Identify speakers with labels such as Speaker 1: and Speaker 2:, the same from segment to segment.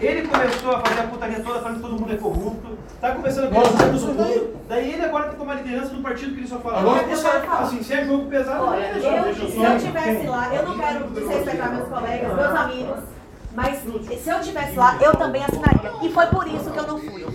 Speaker 1: Ele começou a fazer a putaria toda falando que todo mundo é corrupto, tá começando a crescer todo mundo. Daí ele agora tem que tomar liderança do partido que ele só fala.
Speaker 2: Agora
Speaker 1: "Ah,
Speaker 2: você
Speaker 1: tá,
Speaker 2: vai falar."
Speaker 1: Assim, se é jogo pesado,
Speaker 3: Olha,
Speaker 1: é,
Speaker 3: eu,
Speaker 1: já
Speaker 3: se
Speaker 1: deixa eu
Speaker 3: eu
Speaker 1: falar.
Speaker 3: tivesse lá, eu não quero desrespeitar meus colegas, meus amigos, mas se eu tivesse lá, eu também assinaria. E foi por isso que eu não fui.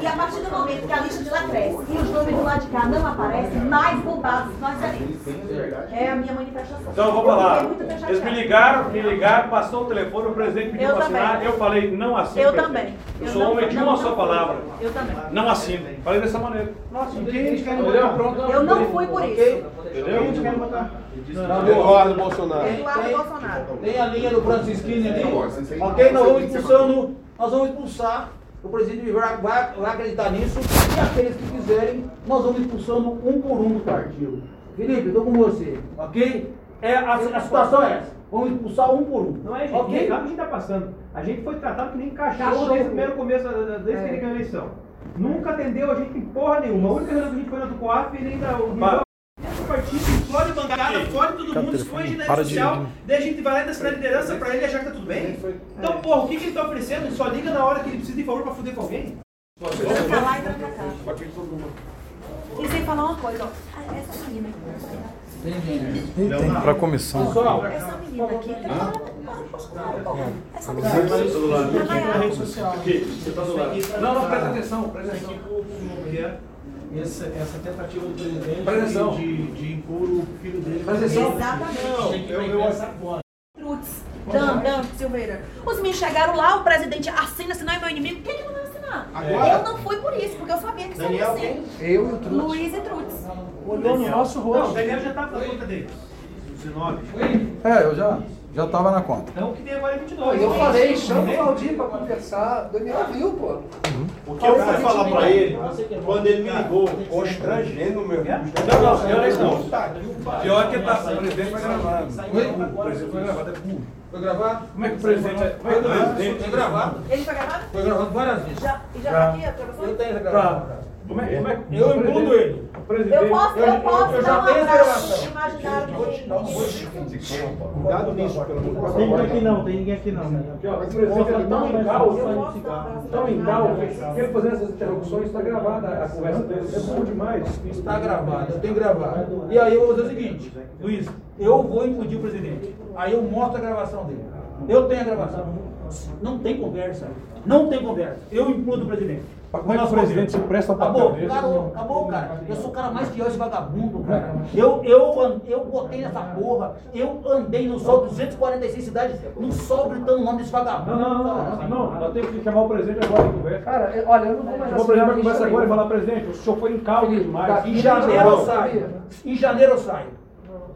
Speaker 3: E a partir do momento que a lista de lá cresce e os nomes do lado de cá não aparecem, mais bombados nós seremos. É a minha manifestação.
Speaker 4: Então eu vou
Speaker 3: fiquei
Speaker 4: falar.
Speaker 3: muito até
Speaker 4: Eles me
Speaker 3: chateada.
Speaker 4: ligaram, me ligaram, passou o telefone, o presidente pediu
Speaker 3: Eu
Speaker 4: para
Speaker 3: também.
Speaker 4: assinar. Eu falei, não assino.
Speaker 3: Eu
Speaker 4: presidente.
Speaker 3: também.
Speaker 4: Eu
Speaker 3: Eu
Speaker 4: sou um
Speaker 3: não-
Speaker 4: homem de
Speaker 3: não-
Speaker 4: uma
Speaker 3: não-
Speaker 4: só palavra.
Speaker 3: Eu também.
Speaker 4: Não assino. Falei dessa maneira. Não assino.
Speaker 1: Quem eles querem
Speaker 4: Entendeu?
Speaker 1: botar?
Speaker 3: Eu não fui por isso.
Speaker 1: Quem eles querem botar?
Speaker 2: Eduardo Bolsonaro.
Speaker 3: Eduardo Bolsonaro.
Speaker 5: Tem a linha do Francisquinho ali. Ok,
Speaker 6: Ok,
Speaker 5: nós vamos expulsando, nós vamos expulsar. O presidente vai, vai, vai acreditar nisso. E aqueles que quiserem, nós vamos expulsando um por um do partido. Felipe, estou com você, ok? É, a, a situação é essa. Vamos expulsar um por um.
Speaker 1: Não é, gente.
Speaker 5: ok?
Speaker 1: Sabe o que está passando? A gente foi tratado que nem cachorro É.
Speaker 5: Cachorro.
Speaker 1: desde o primeiro começo, da- da- desde que ele ganhou a eleição. Nunca atendeu a gente em porra nenhuma. A única reunião que a gente foi na do COAF, ele ainda. o
Speaker 4: Para.
Speaker 1: o partido explode bancada, fode todo mundo, esconde na rede social, daí a gente vai lá e dá sinal de liderança pra ele e achar que tá tudo bem. Então, porra, o que, que ele tá oferecendo? Ele só liga na hora que ele precisa de favor pra fuder com alguém?
Speaker 3: Entra pra lá e entra pra cá. E sem falar uma coisa, ó. Ah, Essa menina aqui. né?
Speaker 7: Para a comissão.
Speaker 5: Pessoal,
Speaker 3: Essa menina aqui tem Essa menina
Speaker 6: Você tá do celular,
Speaker 3: aqui. Ela é
Speaker 6: Aqui, você tá do lado.
Speaker 4: Não, não, presta atenção, presta atenção.
Speaker 8: Essa, essa tentativa do presidente
Speaker 4: Presta atenção.
Speaker 8: de, de impor o filho dele.
Speaker 4: Presta atenção.
Speaker 3: Exatamente.
Speaker 8: Tem que pegar essa bola.
Speaker 3: Trutz, Dan, Dan, Silveira. Os meninos chegaram lá, o presidente assina, senão é meu inimigo. Quem que não vai assinar?
Speaker 8: Agora?
Speaker 3: Eu não fui por isso, porque eu sabia que seria assim.
Speaker 2: Eu e o Trude.
Speaker 3: Luiz e Trutz.
Speaker 1: Olhou no nosso rosto. Não, o Daniel já tá na conta dele. 19.
Speaker 7: É, eu já, já tava na conta.
Speaker 1: Então o que tem agora é 22.
Speaker 2: Eu falei, chama o Valdir pra conversar. Daniel viu, pô.
Speaker 6: O que eu fui falar pra ele, quando ele me ligou, constrangendo o
Speaker 1: É?
Speaker 6: meu.
Speaker 4: Não, não, eu não.
Speaker 1: Tá um
Speaker 4: Pior que tá. O presidente vai gravar. O presidente vai gravar. é burro.
Speaker 5: foi gravado?
Speaker 4: Como é que o presidente vai. Como é que o presidente
Speaker 5: Foi gravado?
Speaker 3: Ele foi gravado?
Speaker 5: Foi gravado várias vezes.
Speaker 3: Já, e já tá aqui a gravação?
Speaker 5: Eu tenho essa
Speaker 4: Pra-
Speaker 5: gravação.
Speaker 4: Como é, como é que
Speaker 5: Eu embudo ele.
Speaker 4: O presidente.
Speaker 3: Eu posso, eu posso
Speaker 5: eu já
Speaker 3: dar um
Speaker 5: tenho essa
Speaker 3: abraço
Speaker 5: gravação.
Speaker 3: imaginário do menino.
Speaker 6: Cuidado nisso, pelo amor de
Speaker 8: Tem
Speaker 6: Deus.
Speaker 8: aqui não, tem ninguém aqui não.
Speaker 4: Aqui, ó, o presidente tá tão em caos, tão em caos, que ele fazendo essas interrupções, está gravada a conversa dele. É bom demais.
Speaker 5: Está Tá gravado, eu tenho gravado. E aí eu vou fazer o seguinte, Luiz, eu vou impedir o presidente. Aí eu mostro a gravação dele. Eu tenho a gravação. Não tem conversa. Não tem conversa. Eu impudo o presidente.
Speaker 4: Como é que o presidente se presta um papel
Speaker 5: Acabou,
Speaker 4: desse?
Speaker 5: acabou, acabou, cara. Eu sou o cara mais fiel esse vagabundo, cara. Eu, eu, an- eu botei nessa porra. Eu andei no sol 246 cidades, no sol gritando o nome desse vagabundo.
Speaker 4: Não, não,
Speaker 5: cara.
Speaker 4: não, não, nós temos que chamar o presidente agora e conversa.
Speaker 2: Cara, eu- olha, eu não vou mais
Speaker 4: Chamar O presidente vai
Speaker 2: isso
Speaker 4: conversar
Speaker 2: aí.
Speaker 4: agora e falar, presidente, o senhor foi em caos
Speaker 2: Felipe, tá né?
Speaker 4: demais.
Speaker 2: daqui
Speaker 5: Em janeiro eu
Speaker 2: Não,
Speaker 5: saio. Em janeiro eu saio.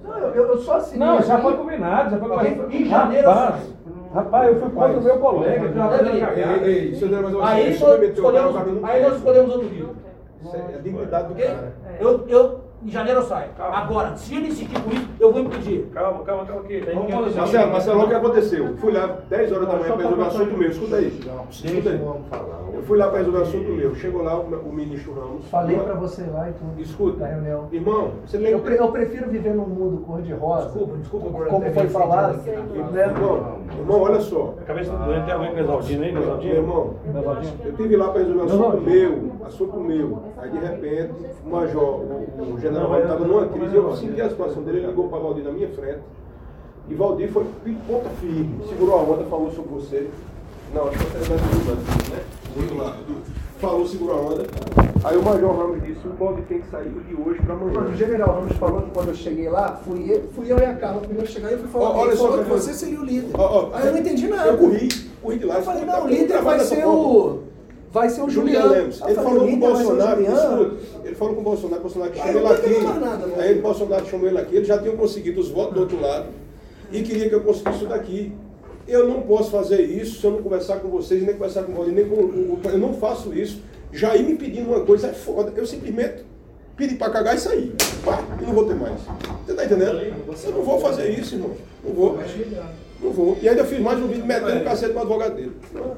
Speaker 2: Não, eu, eu só assinei.
Speaker 4: Não, já
Speaker 2: aqui.
Speaker 4: foi combinado, já foi combinado.
Speaker 5: Em janeiro eu
Speaker 4: Rapaz,
Speaker 5: saio.
Speaker 4: rapaz, eu fui contra o meu colega, que tava fazendo
Speaker 6: Ei,
Speaker 4: cagada.
Speaker 6: ei, ei, seu Daniel, mas eu acho que
Speaker 5: Aí,
Speaker 6: ele
Speaker 5: nós
Speaker 6: submeteu o cara, o cara
Speaker 5: escolhemos,
Speaker 6: não
Speaker 5: aí nós
Speaker 6: quer.
Speaker 5: escolhemos outro dia.
Speaker 6: Isso é a dignidade do
Speaker 5: Ok?
Speaker 6: cara.
Speaker 5: Eu, eu, em janeiro eu saio. Agora, se ele insistir com isso, eu vou impedir.
Speaker 4: Calma, calma, calma aqui. Vamos fazer o seguinte.
Speaker 6: Marcelo, Marcelo, olha o que aconteceu. Fui lá 10 horas da manhã para resolver um assunto meu. Escuta aí. Escuta aí. Eu fui lá para resolver um assunto meu. Chegou lá o, o ministro Ramos.
Speaker 2: Falei pra você lá e tudo.
Speaker 6: Escuta.
Speaker 2: Na reunião.
Speaker 6: Irmão, você
Speaker 2: Eu,
Speaker 6: lembra.
Speaker 2: pre- eu prefiro viver num mundo cor-de-rosa.
Speaker 4: Desculpa, desculpa, é
Speaker 2: Como foi falado. Né?
Speaker 6: Irmão, irmão, olha só.
Speaker 4: A cabeça do doente tem alguém com exaldina aí, com
Speaker 6: Meu
Speaker 4: exaldina?
Speaker 6: irmão,
Speaker 4: Exaldina.
Speaker 6: eu tive lá para resolver um assunto meu, assunto meu. Aí de repente, o major, é o, o general estava numa crise, eu senti a situação dele, ele ligou para Valdir na minha frente. E Valdir foi de ponta firme, segurou a onda, falou sobre você. Não, acho que você era da Dilma, né? Muito lá. Falou, segurou a onda. Aí o Major Ramos disse, o Valdir tem que sair de hoje para
Speaker 2: O
Speaker 6: amanhã.
Speaker 2: general Ramos falou que quando eu cheguei lá, fui eu, fui eu e a Carla primeiro chegar e eu fui falar.
Speaker 6: Ó, olha
Speaker 2: ele
Speaker 6: só,
Speaker 2: falou que
Speaker 6: Fernando.
Speaker 2: você seria o líder.
Speaker 6: Ó, ó,
Speaker 2: Aí Ah, eu não entendi nada.
Speaker 6: Eu corri, corri de lá.
Speaker 2: Eu falei,
Speaker 6: escuta,
Speaker 2: não, o
Speaker 6: eu
Speaker 2: líder
Speaker 6: gravava
Speaker 2: vai
Speaker 6: essa
Speaker 2: ser
Speaker 6: porra.
Speaker 2: o. Vai ser o
Speaker 6: Julian
Speaker 2: Juliano.
Speaker 6: Lemos. Ele falou com o
Speaker 2: é
Speaker 6: Bolsonaro. escuta, Ele falou com o Bolsonaro, o Bolsonaro que
Speaker 2: Ah,
Speaker 6: chamou ele
Speaker 2: não tem que falar
Speaker 6: aqui.
Speaker 2: nada, não.
Speaker 6: Aí o Bolsonaro chamou ele aqui, ele já tinha conseguido os votos do outro lado e queria que eu conseguisse isso daqui. Eu não posso fazer isso se eu não conversar com vocês, nem conversar com o Valdir, nem com o. o- Eu não faço isso. Já ir me pedindo uma coisa é foda. Eu simplesmente pedi pra cagar e saí. Pá, e não vou ter mais. Você tá entendendo? Eu não vou fazer isso, irmão. Não vou. Não vou. E ainda eu fiz mais um vídeo metendo o cacete no advogado dele. Não,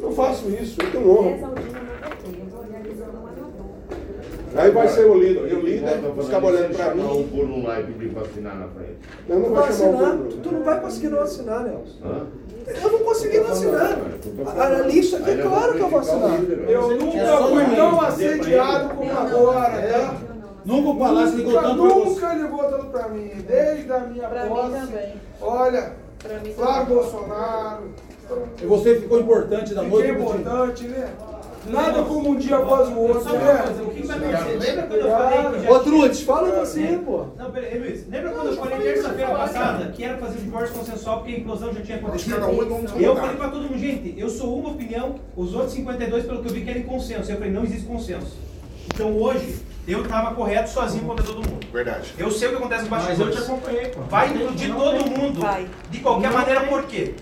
Speaker 6: não faço isso, eu tenho honra.
Speaker 3: Exaldina não gostei, eu tô organizando uma doutora.
Speaker 6: Aí vai ser o líder, o líder, os cabos olhando pra
Speaker 9: Chamar um
Speaker 6: mim.
Speaker 9: por um lá e pedir pra assinar na frente.
Speaker 6: Eu não vou
Speaker 2: Não
Speaker 6: chamar o
Speaker 2: assinar,
Speaker 6: Bruno.
Speaker 2: tu não vai conseguir não assinar, Nelson.
Speaker 9: Hã?
Speaker 2: Eu não consegui não assinar. A lista aqui é claro que eu vou assinar.
Speaker 9: Eu
Speaker 6: nunca fui tão assediado como agora,
Speaker 2: É,
Speaker 6: tá?
Speaker 8: Nunca o Palácio ligou
Speaker 2: Nunca,
Speaker 8: tanto pra você.
Speaker 2: nunca ligou tanto pra mim, desde a minha
Speaker 10: Pra mim
Speaker 2: posse.
Speaker 10: também.
Speaker 2: Olha,
Speaker 10: Pra mim
Speaker 2: Flávio
Speaker 10: também.
Speaker 2: Bolsonaro,
Speaker 8: E você ficou importante da noite.
Speaker 2: fiquei
Speaker 8: pro dia.
Speaker 2: importante, né? Nada como um dia após o outro,
Speaker 1: Só uma coisa,
Speaker 2: né?
Speaker 1: o que vai acontecer? Lembra quando eu falei que já
Speaker 8: Ô,
Speaker 1: tinha-
Speaker 8: Trudes, fala
Speaker 2: você, pô.
Speaker 1: Não, peraí, Luiz, lembra quando eu falei terça-feira passada que era fazer o divórcio consensual porque a implosão já tinha acontecido?
Speaker 9: Cada um é dono de
Speaker 1: Eu
Speaker 9: lugar.
Speaker 1: falei pra todo mundo, gente, eu sou uma opinião, os outros 52, pelo que eu vi, querem consenso. Eu falei, não existe consenso. Então hoje, eu tava correto sozinho contra todo mundo.
Speaker 9: Verdade.
Speaker 1: Eu sei o que acontece no
Speaker 8: Mas eu te
Speaker 1: bastidores.
Speaker 8: acompanhei, pô.
Speaker 1: Vai implodir todo mundo.
Speaker 3: Vai.
Speaker 1: De qualquer maneira, por quê?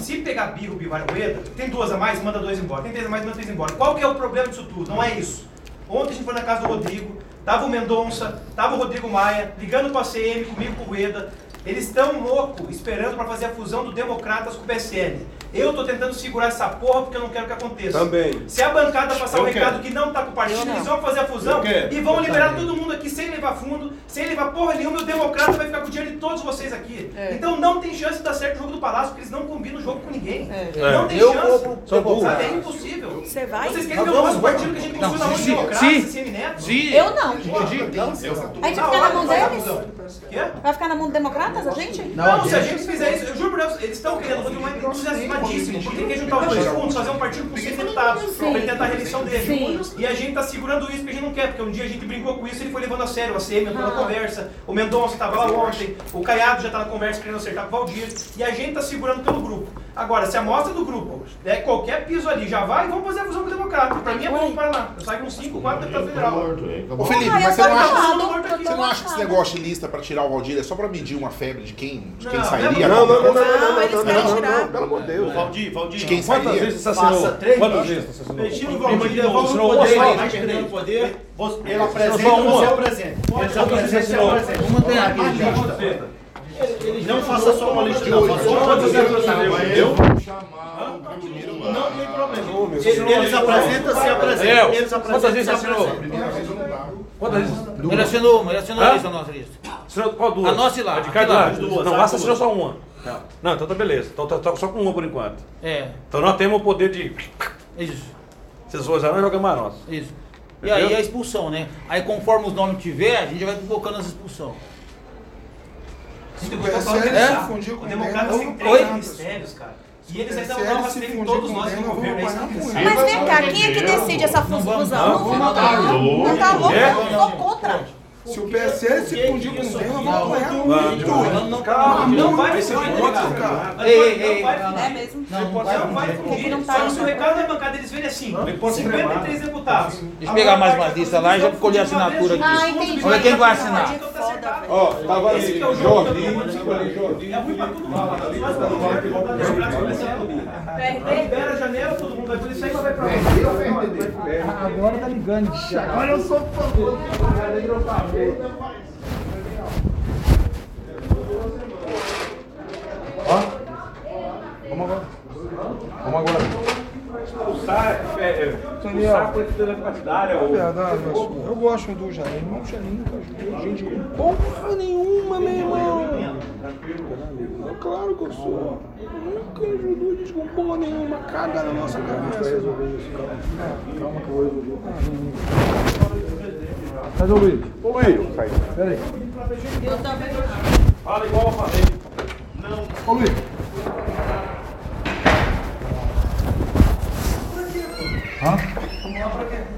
Speaker 1: Se pegar birro, e Arrueda, tem duas a mais, manda dois embora. Tem três a mais, manda três embora. Qual que é o problema disso tudo? Não é isso. Ontem a gente foi na casa do Rodrigo, tava o Mendonça, tava o Rodrigo Maia, ligando pra CM, comigo com o Rueda. Eles estão loucos, esperando pra fazer a fusão do Democratas com o PSL. Eu tô tentando segurar essa porra porque eu não quero que aconteça.
Speaker 6: Também.
Speaker 1: Se a bancada passar
Speaker 9: Eu
Speaker 1: um recado
Speaker 9: quero.
Speaker 1: que não tá com o partido,
Speaker 3: Eu
Speaker 1: eles
Speaker 3: não.
Speaker 1: vão fazer a fusão
Speaker 9: Eu quero.
Speaker 1: e vão liberar todo mundo aqui sem levar fundo, sem levar porra nenhuma, e o democrata vai ficar com o dinheiro de todos vocês aqui.
Speaker 10: É.
Speaker 1: Então não tem chance de dar certo o jogo do Palácio, porque eles não combinam o jogo com ninguém.
Speaker 10: É.
Speaker 1: Não tem
Speaker 5: Eu
Speaker 1: chance.
Speaker 5: vou pro-
Speaker 1: Sabe,
Speaker 5: pro
Speaker 1: é impossível.
Speaker 3: Você vai?
Speaker 1: Vocês querem ver
Speaker 5: Nós
Speaker 1: o nosso
Speaker 5: vamos,
Speaker 1: partido que a gente
Speaker 5: Não,
Speaker 1: construiu na mão de
Speaker 5: se-
Speaker 1: democrata,
Speaker 5: se-
Speaker 1: sem neto?
Speaker 3: Eu não. A gente
Speaker 9: Eu
Speaker 3: vai ficar na mão deles?
Speaker 1: Quê?
Speaker 3: Vai ficar na mão do Democratas, a gente?
Speaker 1: Não, se a gente fizer isso, eu juro pra Deus, eles estão querendo, o Rodrigo Maia é entusiasmadíssimo, porque quer juntar os dois fundos, fazer um partido com 100 deputados, pra ele tentar a reeleição dele.
Speaker 3: Sim.
Speaker 1: E a gente tá segurando isso porque a gente não quer, porque um dia a gente brincou com isso e ele foi levando a sério, a CM entrou na
Speaker 3: Ah.
Speaker 1: conversa, o Mendonça tava lá ontem, o Caiado já tá na conversa querendo acertar com o Valdir, e a gente tá segurando pelo grupo. Agora, se a amostra do grupo, né, qualquer piso ali já vai, vamos fazer a fusão com o Democrata, pra mim é bom pro Paraná, eu saio com 5, 4 deputados federal.
Speaker 9: Ô Felipe,
Speaker 3: Ah, eu
Speaker 9: mas você
Speaker 3: tô
Speaker 9: não, acha,
Speaker 1: Você
Speaker 3: errado. Eu tô
Speaker 9: você não acha que esse
Speaker 3: errado.
Speaker 9: negócio de lista pra tirar o Valdir é só pra medir uma febre de quem, de quem
Speaker 1: Não,
Speaker 9: sairia?
Speaker 6: Não, não, não, não,
Speaker 2: Ah,
Speaker 10: Não,
Speaker 6: não, não,
Speaker 10: eles
Speaker 6: não,
Speaker 10: querem
Speaker 6: não,
Speaker 10: tirar.
Speaker 6: não, pelo amor de Deus.
Speaker 9: Valdir, Valdir. De quem
Speaker 4: Quantas
Speaker 9: sairia?
Speaker 4: vezes você assinou?
Speaker 8: Passa três,
Speaker 4: Quantas
Speaker 8: acho.
Speaker 4: vezes você assinou?
Speaker 1: Retira o Valdir, devolve o
Speaker 4: Senhor,
Speaker 1: poder,
Speaker 4: só-
Speaker 1: mais três.
Speaker 8: poder, você- ele
Speaker 5: um
Speaker 1: um
Speaker 4: Só uma.
Speaker 8: apresenta. Ele
Speaker 4: Quantas vezes você assinou?
Speaker 5: Uma tem aqui,
Speaker 1: tá.
Speaker 8: Não faça só uma lista, não. Faça só uma
Speaker 9: Quantas
Speaker 8: lista.
Speaker 9: vezes você assinou? Eu vou chamar o Camilo lá.
Speaker 8: Não tem problema.
Speaker 6: Ô, meu
Speaker 8: Eles apresentam, se apresentam. Eles
Speaker 4: Eu,
Speaker 8: apresentam,
Speaker 4: quantas vezes
Speaker 8: se
Speaker 4: você assinou?
Speaker 8: apresentam.
Speaker 9: Primeira vez eu não tava.
Speaker 4: Quantas vezes?
Speaker 5: ó. Ele assinou uma, ele assinou a
Speaker 4: Hã?
Speaker 5: lista, a nossa lista.
Speaker 4: Assinou qual duas?
Speaker 5: A nossa e lá,
Speaker 4: A de cada
Speaker 5: aqui lá.
Speaker 4: lado?
Speaker 5: As
Speaker 8: duas,
Speaker 4: Não,
Speaker 8: as
Speaker 4: lá você
Speaker 8: duas.
Speaker 4: assinou só uma. Não, então tá beleza. Então tá, tá só com uma por enquanto.
Speaker 5: É,
Speaker 4: Então nós temos o poder de...
Speaker 5: isso, é
Speaker 4: Vocês vão usar, nós jogamos a nossa.
Speaker 5: isso. E
Speaker 4: Entendeu?
Speaker 5: aí a expulsão, né? Aí conforme os nomes tiver, a gente vai colocando as expulsão.
Speaker 1: Se
Speaker 5: É?
Speaker 1: O democrata tem
Speaker 5: Oi?
Speaker 1: três ministérios, cara. E eles ainda vão dar uma treta em todos nós no governo. é isso que eu penso.
Speaker 10: Mas vem cá, quem é que decide essa fusão? Não,
Speaker 5: vamos
Speaker 10: não,
Speaker 5: matar.
Speaker 10: não. Não tá louco?
Speaker 4: É?
Speaker 10: Eu sou contra.
Speaker 2: Se o PSL se fundir com o tema, vamos apanhar muito.
Speaker 5: Não, não,
Speaker 1: Não,
Speaker 4: Calma.
Speaker 1: não vai
Speaker 4: Vai
Speaker 1: fugir,
Speaker 4: ser
Speaker 8: um
Speaker 1: né,
Speaker 4: outro,
Speaker 1: cara? Não
Speaker 5: Ei,
Speaker 1: vai-
Speaker 5: ei,
Speaker 1: não vai
Speaker 5: ei,
Speaker 1: fugir.
Speaker 10: É mesmo?
Speaker 5: não, não vai
Speaker 1: Não vai
Speaker 5: acontecer.
Speaker 1: fugir.
Speaker 10: não tá
Speaker 1: Só que se o
Speaker 10: ainda.
Speaker 1: recado da bancada eles verem assim,
Speaker 4: Não importa o
Speaker 1: 53 deputados.
Speaker 5: eu pegar mais uma lista lá e já colhi a assinatura aqui. Olha quem vai assinar.
Speaker 6: Ó, tava
Speaker 1: Esse
Speaker 6: ali,
Speaker 1: que é o jogo
Speaker 6: Jordi,
Speaker 1: que eu tô falando.
Speaker 6: tava ali, Jordi.
Speaker 1: É ruim pra todo mundo. mas nós vamos ver que voltar a lembrar sobre esse ano. Libera a janela, todo mundo vai por isso aí, mas vai pra lá.
Speaker 2: Agora tá ligando. Agora eu sou
Speaker 7: Vamos agora. Vamos agora.
Speaker 4: Saco, é, é, o saco é da partidária, ou...
Speaker 2: Verdade, mas eu gosto do Jair. Irmão, o Jair nunca ajudou gente com porra nenhuma, meu irmão. É claro que eu sou. Nunca ajudou gente com porra nenhuma. Caga na nossa cabeça.
Speaker 7: Calma que eu vou resolver. Cadê o Luiz?
Speaker 6: Ô, Luiz, sai.
Speaker 7: Pera aí.
Speaker 10: Eu também não.
Speaker 4: Fala igual eu falei.
Speaker 7: Ô, Luiz. Hã?